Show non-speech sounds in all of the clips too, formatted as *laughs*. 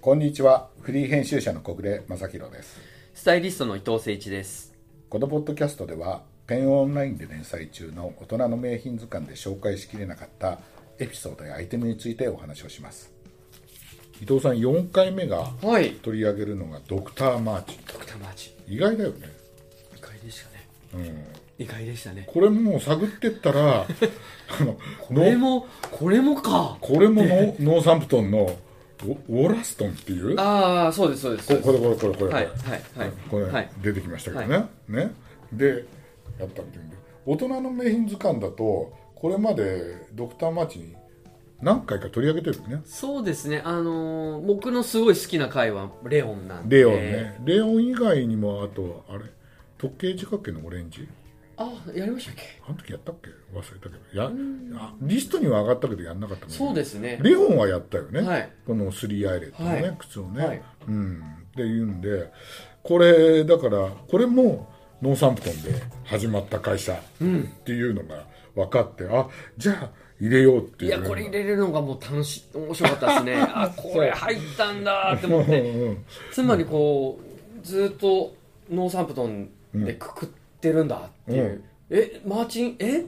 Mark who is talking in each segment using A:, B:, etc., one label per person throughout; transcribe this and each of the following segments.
A: こんにちはフリー編集者の小暮正弘です
B: スタイリストの伊藤誠一です。
A: このポッドキャストではペンオンラインで連載中の大人の名品図鑑で紹介しきれなかったエピソードやアイテムについてお話をします伊藤さん4回目が
B: はい。
A: 取り上げるのがドクター・マーチ
B: ドクターマーチ。
A: ン意外だよね
B: 意外でしたね。意外でしたね。
A: これもう探ってったら *laughs* あの
B: これも、これもか。
A: これもノーノーサンプトンのウォウォラストンっていうこ
B: ああ、そうです、そうです。そう
A: こ
B: で
A: れこれこれこれ、
B: はいはいはい
A: これ、
B: はい
A: 出てきましたけどね,、ねでやったっていうんで大人の名品図鑑だとこれまでドクター・マーチに何回か取り上げてるね
B: すそうですね。あのー僕のすごい好きな回はレオンなんで。
A: レオンね、レオン以外にもあとあれ時計仕掛けのオレンジ
B: あ、やりましたっけ
A: あの時やったっけ忘れたけどやあリストには上がったけどやんなかったもんね
B: そうですね。
A: レオンはやったよね、
B: はい
A: このスリーアイレットのね、
B: はい
A: 靴をね、
B: はい
A: うんっていうんでこれだからこれもノーサンプトンで始まった会社っていうのが分かって、あじゃあ入れようって
B: い
A: いう
B: や、これ入れるのがもう楽し、面白かったです
A: *laughs*
B: ね。あ、これ入ったんだーって思っ
A: うん
B: て。
A: うん
B: つまりこう、ずーっとノーサンプトンでくくってるんだっていう。え、マーチン、え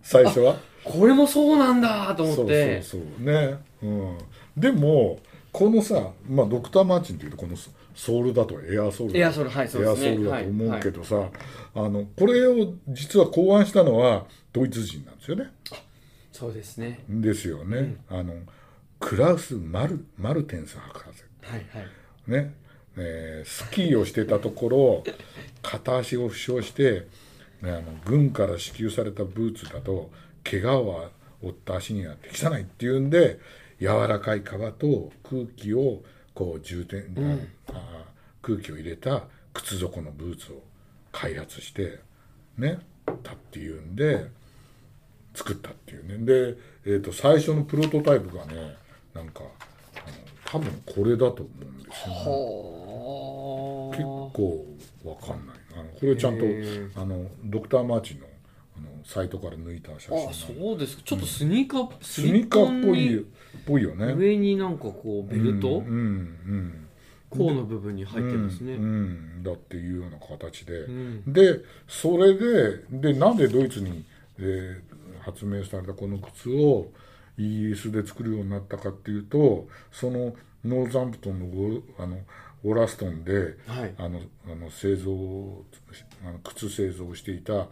A: 最初は
B: これもそうなんだと思って
A: そうそうそうね、うん、でもこのさ、まあ、ドクター・マーチンっていうとこのソソールだとエアーソールだと
B: エアーソールはいそうですね
A: エアーソールだと思うけどさ、あのこれを実は考案したのはドイツ人なんですよね。
B: そうですね
A: ですよね、あのクラウス・マルマルテンス博士
B: はいはい
A: ね、えースキーをしてたところ片足を負傷して、ね、あの軍から支給されたブーツだと怪我を負った足には適さないっていうんで柔らかい革と空気をこう充填、ああ空気を入れた靴底のブーツを開発してねたっていうんで。作ったっていうねで、えー、と最初のプロトタイプがねなんかあの多分これだと思うんですよね
B: ほ
A: 結構わかんないあのこれちゃんと
B: へー
A: あのドクター・マーチンのあのサイトから抜いた写真
B: あそうですかちょっとスニーカース
A: スニーカーっぽいっぽいよね
B: 上になんかこうベルト
A: うんうん
B: 甲の部分に入ってます
A: う
B: ね
A: ん、だっていうような形で、
B: ん
A: でそれででなんでドイツに、えー発明されたこの靴をイギリスで作るようになったかっていうとそのノーザンプトンのゴあのオラストンで
B: はい
A: あのあの製造をあの靴製造をしていた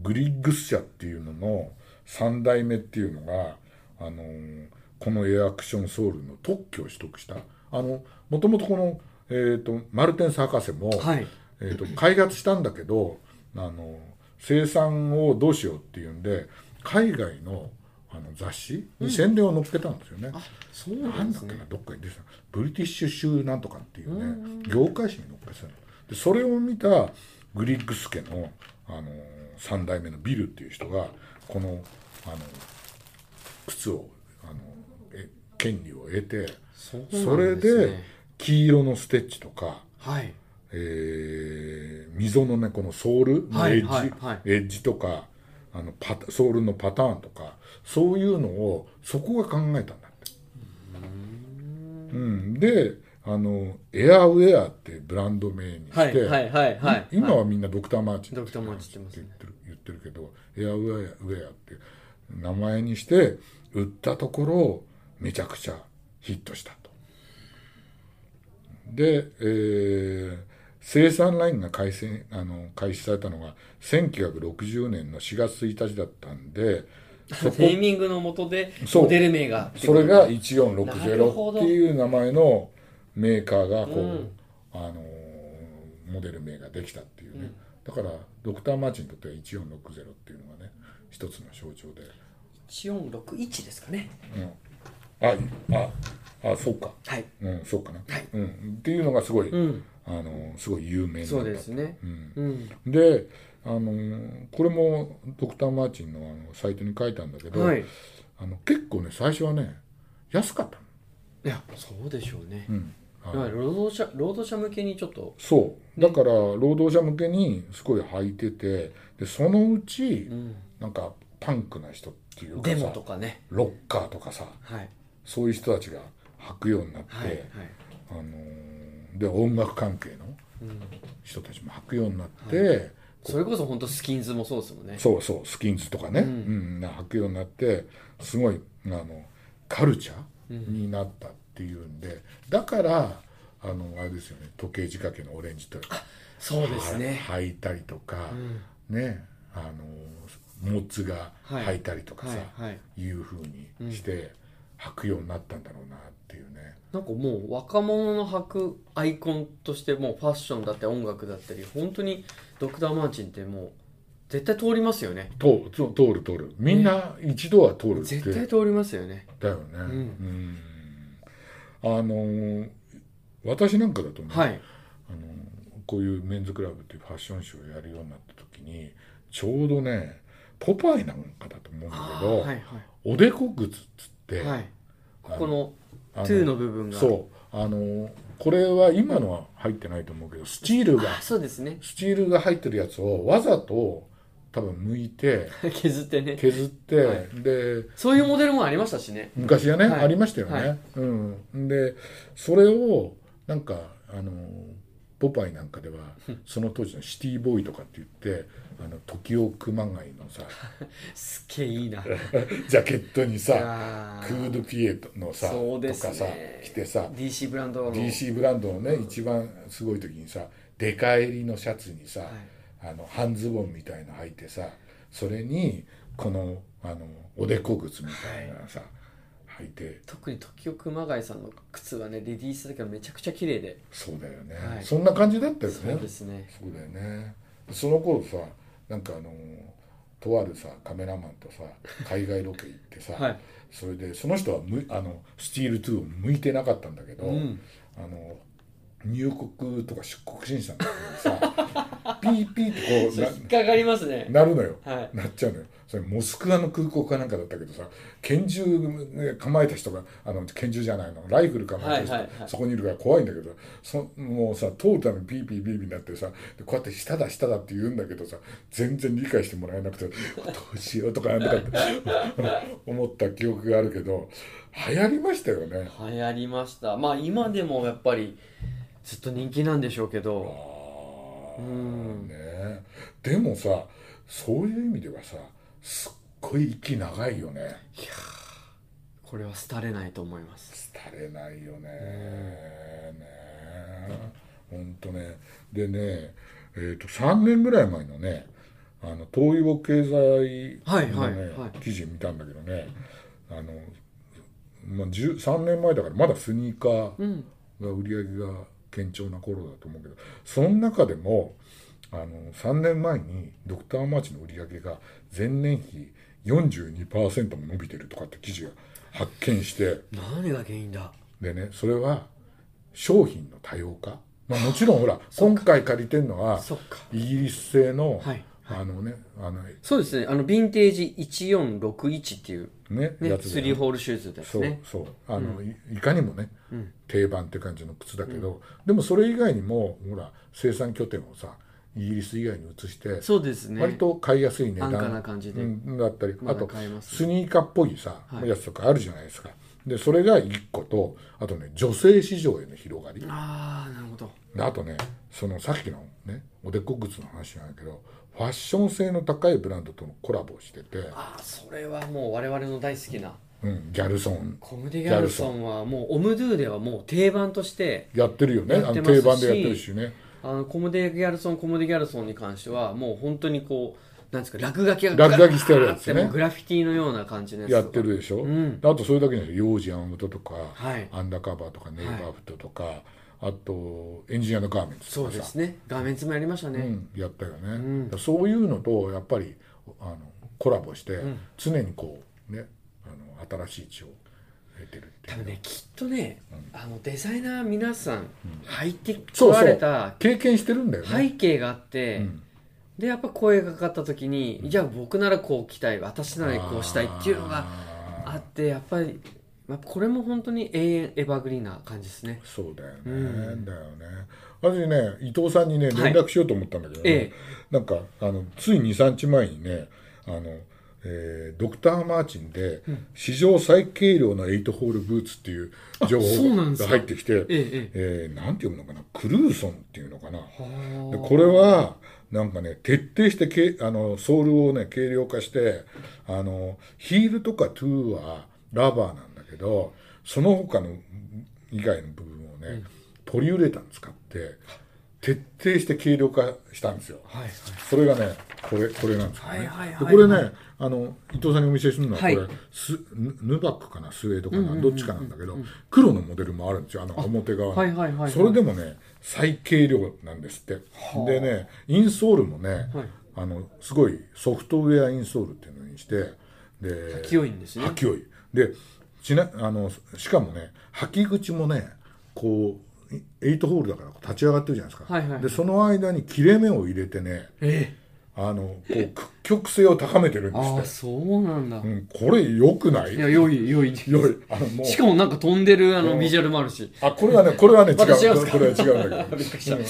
A: グリッグス社っていうのの3代目っていうのが、あのーこのエアアクションソールの特許を取得したもともとこの、えー、とマルテンス博士も、
B: はい
A: えー、と開発したんだけど、あのー生産をどうしようっていうんで海外のあの雑誌に宣伝を載っけたんですよね。
B: そう
A: な
B: なんん
A: だ
B: で
A: っ
B: す
A: けな
B: ね
A: どっかに出てたブリティッシュ州なんとかっていうね業界誌に載っけてたのでそれを見たグリッグス家の、あのー、3代目のビルっていう人がこの、あの靴を、あのえ権利を得て
B: そ
A: そう
B: な
A: れ
B: んですね
A: で黄色のステッチとか、
B: はい
A: えー溝のねこのソールの
B: はい
A: エッジ、
B: はいはい
A: エッジとかあのパタソールのパターンとかそういうのをそこが考えたんだって。うん、であのエアウェアってブランド名にして、
B: はいはいはいはい
A: 今はみんなドクター・マーチン
B: ドクターマーチンって言ってます
A: って
B: ね
A: 言ってるけどエアウェアウェアって名前にして売ったところめちゃくちゃヒットしたと。で、えー生産ラインが開始あの開始されたのが1960年の4月1日だったんでそ
B: ネ
A: こ
B: ーミングのもとで
A: そう
B: モデル名が
A: それが
B: なる
A: 1460
B: ほど
A: っていう名前のメーカーがこう、
B: うん
A: あのーモデル名ができたっていうね、だからドクター・マーチンにとっては1460っていうのがね一つの象徴で、
B: 1461ですかね
A: うん、あああそうか
B: はい
A: うんそうかな、
B: はい
A: うん、っていうのがすごい、
B: うん
A: あのーすごい有名になった
B: そうですね
A: うん
B: うん
A: であのーこれもドクター・マーチンのあのサイトに書いたんだけど、
B: はいい
A: あの結構ね最初はね安かったの
B: やそうでしょうね
A: うんあ
B: だから労働者労働者向けにちょっと
A: そうだから労働者向けにすごい履いててでそのうち
B: ん
A: なんかパンクな人っていうか
B: デモ
A: さ
B: とかね
A: ロッカーとかさ
B: はい
A: そういう人たちが履くようになって、
B: はいはい
A: あのーで音楽関係の人たちも履くようになって、
B: それこそ本当スキンズもそうですもんね
A: そうそうスキンズとかね、うんうん履くようになってすごいあのカルチャーになったっていうんで、だからあのあれですよね時計仕掛けのオレンジとか
B: そうですね
A: は履いたりとか、ねあのモッツが
B: はい
A: 履いたりとかさ、
B: はいはい
A: い、うふうにして履くようになったんだろうなっていうね。
B: なんかもう若者の履くアイコンとしてもうファッションだったり音楽だったり本当にドクター・マーチンってもう絶対通りますよね
A: とそう通る通るみんな一度は通るって
B: 絶対通りますよね
A: だよね、うんあのー私なんかだとね、
B: はい
A: あのこういうメンズクラブっていうファッションショーをやるようになった時にちょうどねポパイなんかだと思うんだ
B: あ
A: けど、
B: ーはい
A: おでこ靴っつって、
B: はいはいここの
A: あの
B: トゥーの部分が
A: そうあのこれは今のは入ってないと思うけどスチールが
B: あそうですね *laughs*
A: スチールが入ってるやつをわざと多分剥いて
B: 削ってね
A: 削って、
B: は
A: で
B: そういうモデルもありましたしね
A: 昔はね、
B: はい
A: ありましたよね、
B: はい
A: うんでそれをなんかあのポパイなんかで
B: *laughs*
A: はその当時のシティボーイとかって言ってあの時を熊谷のさ
B: すっげえいいな
A: ジャケットにさ
B: あ
A: クールピエトのさ、
B: そう
A: と
B: で
A: か
B: すね
A: さ着てさ
B: DC ブランドの
A: DC ブランドのね、一番すごい時にさ出返りのシャツにさ、あの半ズボンみたいの履いてさそれにこのあのおでこ靴みたいなさ、履いて
B: 特に時代熊谷さんの靴はねレディースだけどめちゃくちゃ綺麗で
A: そうだよね、
B: はい
A: そんな感じだったよね
B: そうですね
A: そうだよねその頃さなんかあのとあるさカメラマンと
B: *laughs*
A: さ海外ロケ行ってさ、
B: はい
A: それでその人はむあのスチール2を向いてなかったんだけど、
B: うん
A: あの入国とか出国審査の時にさ
B: *laughs*
A: ピーピーってこう
B: 引っかかりますね
A: ななるのよ、
B: はい
A: なっちゃうのよそれモスクワの空港かなんかだったけどさ拳銃ね構えた人があの拳銃じゃないのライフル構えた人、
B: はいはいはい
A: そこにいるから怖いんだけどそもうさ通るためにピーピーピーピーになってさでこうやって下だ下だって言うんだけどさ全然理解してもらえなくて *laughs* どうしようとかなんとかって *laughs* 思った記憶があるけど流行りましたよね。
B: 流行りましたまあ今でもやっぱりずっと人気なんでしょうけ
A: あ
B: ど
A: ー
B: うん
A: ねでもさそういう意味ではさすっごい息長いよね。
B: これは廃れないと思います
A: 廃れないよねねえほんとねでね、えー、と3年ぐらい前のねあの東洋経済
B: はい
A: の
B: はい
A: ね
B: はい
A: 記事見たんだけどねあの、まあ、10 3年前だからまだスニーカ
B: う
A: ー
B: ん
A: が売り上げが堅調な頃だと思うけどその中でもあの3年前にドクターマーチの売り上げが前年比42%も伸びてるとかって記事が発見して。
B: 何が原因だ
A: でねそれは商品の多様化、まあ、もちろんほら今回借りてるのは
B: そっか
A: イギリス製の、
B: はい
A: あのねあの
B: そうですねあのヴィンテージ1461っていう
A: ね
B: ね
A: やつ
B: ス
A: で
B: リーホールシューズです
A: そう
B: ね
A: そうあの、いいかにもね、定番って感じの靴だけど、でもそれ以外にもほら生産拠点をさイギリス以外に移して
B: そうですね
A: 割と買いやすい値段
B: 安価な感じで
A: うんだったり
B: ま
A: あ
B: だ
A: と
B: 買えます
A: スニーカーっぽいさ、
B: はい
A: やつとかあるじゃないですかでそれが1個とあとね女性市場への広がり、
B: ああなるほど
A: であとねそのさっきのねおでこ靴の話なんだけどファッション性の高いブランドとのコラボをしてて、
B: ああそれはもう我々の大好きな
A: うん、ギャルソン
B: コム・デ・ギャルソンはもうオムドゥではもう定番として
A: やってるよね
B: や
A: あ
B: って
A: の
B: ま
A: 定
B: すし
A: 番でやってるしね
B: あのコム・デ・ギャルソンコム・デ・ギャルソンに関してはもう本当にこうなんですか落書きが
A: 落書きしてあるやつね
B: ガーってもうグラフィティのような感じのやつと
A: や
B: か
A: ってるでしょ、
B: うん
A: あとそれだけじゃない幼児アンウトとか、
B: はい
A: アンダーカバーとかネイバーフットとか、あとエンジニアのガーメンツ
B: そ
A: と
B: う
A: かさ
B: ですね画面ツもやりましたね、
A: うん、やったよね、だからそういうのとやっぱりあのコラボして、常にこうねあの新しい血を得てるってい
B: 多
A: う
B: 分ねきっとね、あのデザイナー皆さん入ってこ
A: そう
B: ら
A: そ
B: れ
A: う
B: た
A: 経験してるんだよね、
B: 背景があって、
A: うん
B: でやっぱ声がかかった時に、じゃあ僕ならこう来たい私ならこうしたいっていうのがあってやっぱり、まあ、これも本当に永遠エバーグリーンな感じですね
A: そうだよね、だよね私ね伊藤さんにね連絡しようと思ったんだけどね、
B: ええ
A: なんかあのつい23日前にねあのえードクター・マーチンで史上最軽量の8ホールブーツっていう情
B: あそう
A: 報
B: なんです
A: が
B: か
A: 入ってきて、
B: ええええ
A: えーなんて読むのかなクルーソンっていうのかな
B: は
A: でこれはなんかね徹底してけあのソールをね軽量化してあのヒールとかトゥーはラバーなんだけどその他の以外の部分をね、ポリウレタン使って徹底して軽量化したんですよ。
B: あはい
A: それがねこれこれなんですよね。
B: はいはいはい
A: でこれねあの伊藤さんにお見せするのはこ
B: はい
A: れ、スヌヌバックかなスウェードかな、どっちかなんだけど黒のモデルもあるんですよあの表側の、
B: はいはいはいはい
A: それでもね最軽量なんですって、でねインソールもね、
B: はい
A: あのすごいソフトウェアインソールっていうのにしてで
B: 清いんですね
A: 履きよいでちなあのしかもね履き口もねこうい8ホールだから立ち上がってるじゃないですか、
B: はいはいはい
A: でその間に切れ目を入れてね
B: え
A: あのこう屈曲性を高めてるんです
B: えあ
A: っ
B: あそうなんだ
A: て、うん、これ良くない
B: いや良い良い
A: 良いあのもう
B: しかもなんか飛んでるあのビジュアルもあるし
A: あこれは
B: *laughs*
A: ねこれはね違う
B: また違うんですか
A: これは違うんだけど
B: びっくりし
A: うん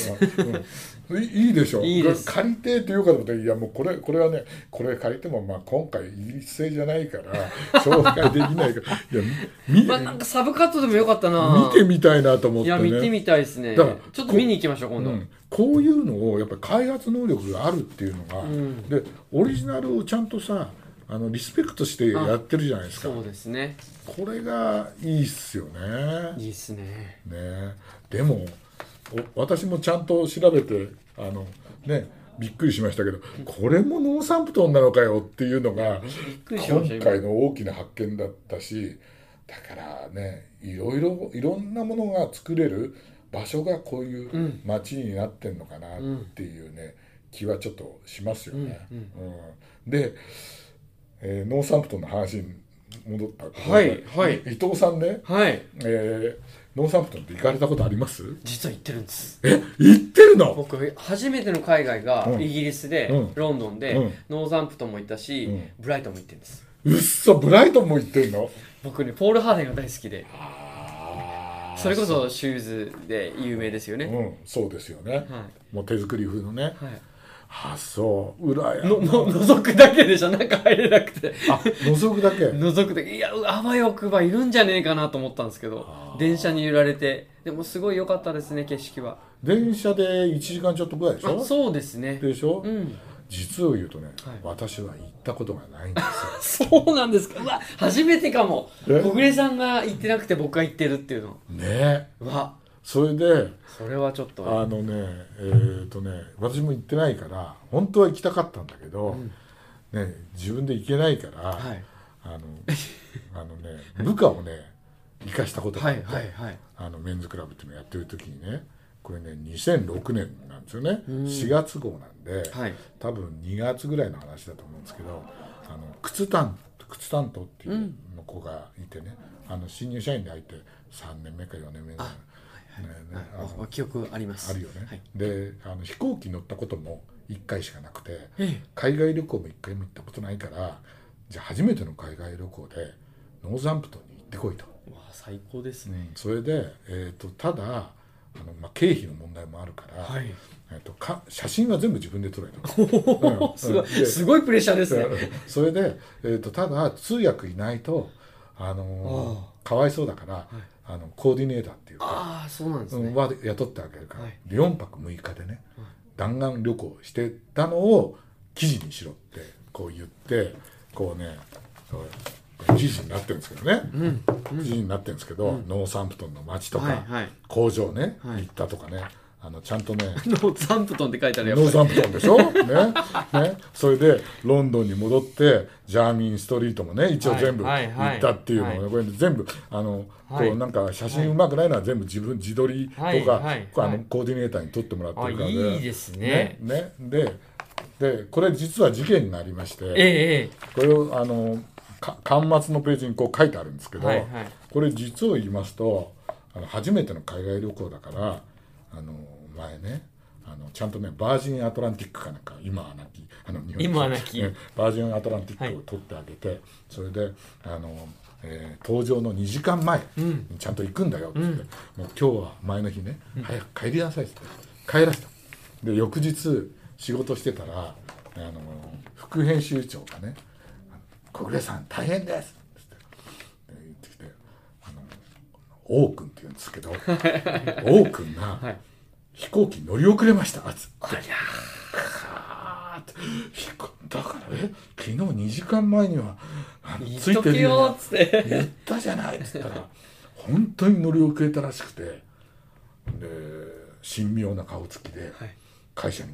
A: うんいいいでしょ
B: いいです
A: 借りてって言うかと思っていやもうこれこれはねこれ借りてもまあ今回一斉じゃない
B: *laughs*
A: から紹介できないからいやみ見,、
B: まあなんかサブカットでもよかったな
A: 見てみたいなと思っ
B: い
A: て
B: や
A: ね
B: 見てみたいですねち
A: だから
B: ょっと見に行きましょう今度
A: うん、こういうのをやっぱり開発能力があるっていうのが、
B: ん
A: でオリジナルをちゃんとさあのリスペクトしてやってるじゃないですか
B: そうですね
A: これがいいっすよね
B: いいですね
A: ねでもお私もちゃんと調べてあのねびっくりしましたけどこれもノーサンプトンなのかよっていうのが
B: びっくりしました
A: 今
B: 今
A: 回の大きな発見だったしだからねいろいろいろんなものが作れる場所がこういう街になってんのかなっていうね、気はちょっとしますよね。うんで、えーノーサンプトンの話に戻ったところで
B: はいはい
A: 伊藤さんね
B: はい
A: えー、ノーサンプトンって行かれたことあります
B: 実は行ってるんです
A: え行ってるの
B: 僕初めての海外が
A: うん
B: イギリスで、
A: うん
B: ロンドンで、
A: うん
B: ノーザンプトンも行ったし、
A: うん
B: ブライトンも行ってるんです
A: うっそブライトンも行ってるの
B: 僕ねポール・ハーデンが大好きで
A: あー
B: それこそシューズで有名ですよね、
A: うんそうですよね、
B: は
A: もう手作り風のね
B: いはい
A: あそう裏や
B: の *laughs* の覗くだけでしょ中入れなくて
A: あ覗くだけ
B: 覗くだけいやうわあわよくばいるんじゃねえかなと思ったんですけど電車に揺られてでもすごい良かったですね景色は
A: 電車で1時間ちょっとぐらいでし
B: あ
A: ょ
B: そうですね
A: でしょ、
B: うん
A: 実を言うとね、
B: はい
A: 私は行ったことがないんですよ
B: そうなんですかうわ初めてかも
A: え
B: 小暮さんが行ってなくて僕が行ってるっていうの *laughs*
A: ね
B: うわ
A: それで
B: それはちょっと
A: あのねえー、とね私も行ってないから本当は行きたかったんだけど、ね、自分で行けないから、
B: はい
A: あの *laughs* あのね部下をね生かしたことがあ
B: は
A: っ
B: い
A: て
B: はいはい
A: あのメンズクラブっていうのやってる時にねこれね2006年なんですよね、4月号なんで、
B: はい
A: 多分2月ぐらいの話だと思うんですけどあの靴担靴担当っていうの子がいてね、あの新入社員で入って3年目か4年目ぐらいのねねあの
B: あ記憶あります
A: あるよね、
B: はい
A: であの飛行機乗ったことも1回しかなくて
B: え
A: 海外旅行も1回も行ったことないからじゃあ初めての海外旅行でノーザンプトンに行ってこいと、
B: えわあ最高ですね
A: それで、えー、とただあの、まあ、経費の問題もあるから、
B: はい
A: えー、とか写真は全部自分で撮れと。
B: *laughs* おおすごい
A: です
B: ごいプレッシャーですね
A: それで、えー、とただ通訳いないと、あのー
B: あ
A: かわいそうだから、あのコーディネーターっていうか
B: ああそうなんです
A: うん
B: ね
A: は雇ってあげるから、
B: はい
A: で4泊6日でね、弾丸旅行してたのを記事にしろってこう言ってこうねこう記事になってるんですけどね、記事になってるんですけど、ノーサンプトンの街とか、
B: はいはい
A: 工場ね、
B: は
A: 行
B: い
A: ったとかねあのちゃんとね
B: *laughs* ノーザンプトンって書いてあるやっ
A: ノー
B: ぱ
A: サンプトンでしょ、ねね、それでロンドンに戻ってジャーミンストリートもね一応全部
B: はいはいは
A: 行
B: い
A: ったっていうのもね、
B: は
A: これ全部あの、
B: はい
A: こうなんか写真うまくないのは全部自分自撮りとか、
B: はいはい
A: あ
B: は
A: の
B: い
A: コーディネーターに撮ってもらってるから
B: あいいですね
A: ねねででこれ実は事件がありまして、
B: りえええ
A: これをあのか巻末のページにこう書いてあるんですけど、
B: はいはい
A: これ実を言いますとあの初めての海外旅行だからあの前ねあのちゃんとねバージンアトランティックかなんか今はなきあの日本
B: 今はなき
A: ねバージンアトランティックを取ってあげて、それであの、えー搭乗の2時間前にちゃんと行くんだよって言って、もう今日は前の日ね、早く帰りなさいって帰らせたで翌日仕事してたらあの副編集長がね小暮さん大変です」つって言ってきてあの王君って言うんですけど *laughs* 王君
B: は
A: が
B: い
A: 飛行機乗り遅れましたつって
B: ありゃ
A: カーッて飛行だからえ昨日2時間前にはあの
B: 言っ
A: つい
B: と
A: て
B: け
A: るよ
B: よっつって
A: 言ったじゃないっつったら本当に乗り遅れたらしくてで神妙な顔つきで
B: はい
A: 会社に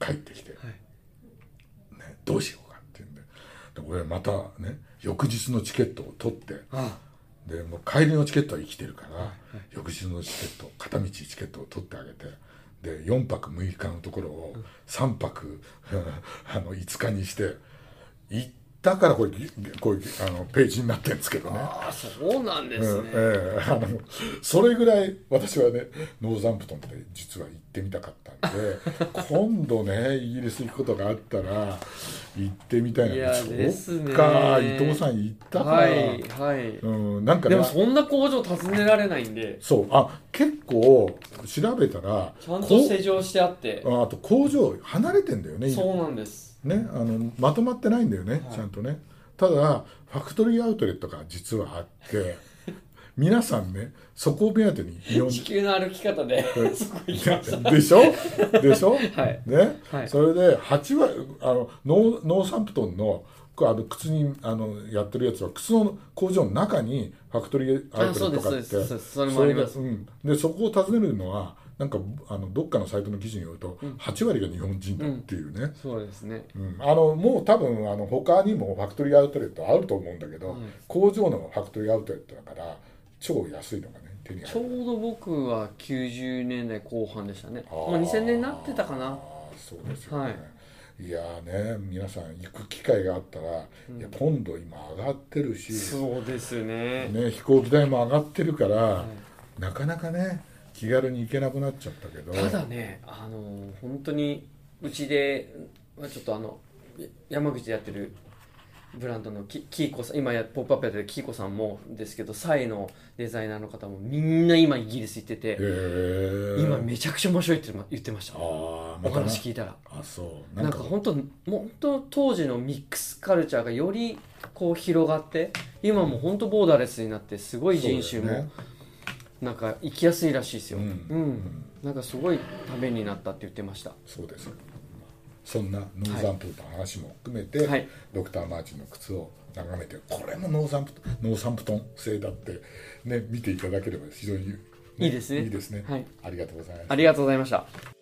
A: 帰ってきて、
B: はい
A: ね、どうしようかって言うんでで俺またね翌日のチケットを取って
B: あ
A: でもう帰りのチケットは生きてるから、翌日のチケット片道チケットを取ってあげてで4泊6日のところを3泊 *laughs* あの5日にして行ったからこれぎこういうあのページになってるんですけどね。
B: あそうなんで
A: う
B: す
A: んえ
B: ね、
A: えあのそれぐらい私はねノーザンプトンって実は行ってみたかったんで
B: *laughs*
A: 今度ねイギリス行くことがあったら行ってみたいない
B: や
A: そう
B: ですね
A: か伊藤さん行ったから、
B: はいはい
A: うん、なんかね
B: でもそんな工場訪ねられないんで
A: そうあ結構調べたら
B: ちゃんと
A: こう
B: 施錠してあって
A: ああと工場離れてんだよね
B: そうなんです
A: ねあのまとまってないんだよね、
B: はい
A: ちゃんとねただファクトリーアウトレットが実はあって
B: *laughs*
A: 皆さんねそこを目当てにイオン
B: 地球の歩き方でそこ
A: *laughs*
B: 行きました
A: でしょでしょ、
B: *laughs* はい
A: ね、
B: はい
A: それで8割あのノーノーサンプトンのこうあの靴にあのやってるやつは靴の工場の中にファクトリーアウト
B: あ
A: レ
B: そう
A: ッ
B: で
A: ト
B: す
A: があ
B: そう
A: っ
B: で
A: て
B: すそうですそれもあります
A: それでうん、でそこを訪ねるのはなんかあのどっかのサイトの記事によると、8割が日本人だっていうね、
B: そうですね
A: うんあのもう多分あの他にもファクトリーアウトレットあると思うんだけど、
B: はい
A: 工場のファクトリーアウトレットだから超安いのがね手に入る
B: ちょうど僕は90年代後半でしたね
A: あー
B: まあ2000年になってたかな
A: そうですよね、、
B: はい
A: やーね皆さん行く機会があったら、いやポンド今上がってるし、
B: そうですね
A: ね、飛行機代も上がってるから、
B: い
A: なかなかね気軽に行けなくなっちゃったけど
B: ただねあのー本当にうちでまあちょっとあのや山口でやってるブランドのきキーコさん今や「ポップアップやってるキーコさんもですけどサイのデザイナーの方もみんな今イギリス行って
A: へ
B: て
A: ー
B: 今めちゃくちゃ面白いって言ってました
A: あー
B: お
A: またな
B: 話聞いたら
A: あそう
B: なんか本当もう本当当時のミックスカルチャーがよりこう広がって今もう本当ボーダーレスになってすごい人種
A: そうだよ
B: も
A: ね
B: なんか行きやすいらしいですよ、
A: う
B: うんんなんかすごいためになったって言ってました
A: そうですそんなノーザンプトンの話も含めて、
B: はい
A: ドクター・マーチンの靴を眺めてこれもノーザンプトンノーサンプトン製だって、ね、見ていただければ非常に、
B: いいですね
A: いいですね、
B: はい
A: ありがとうございます
B: ありがとうございました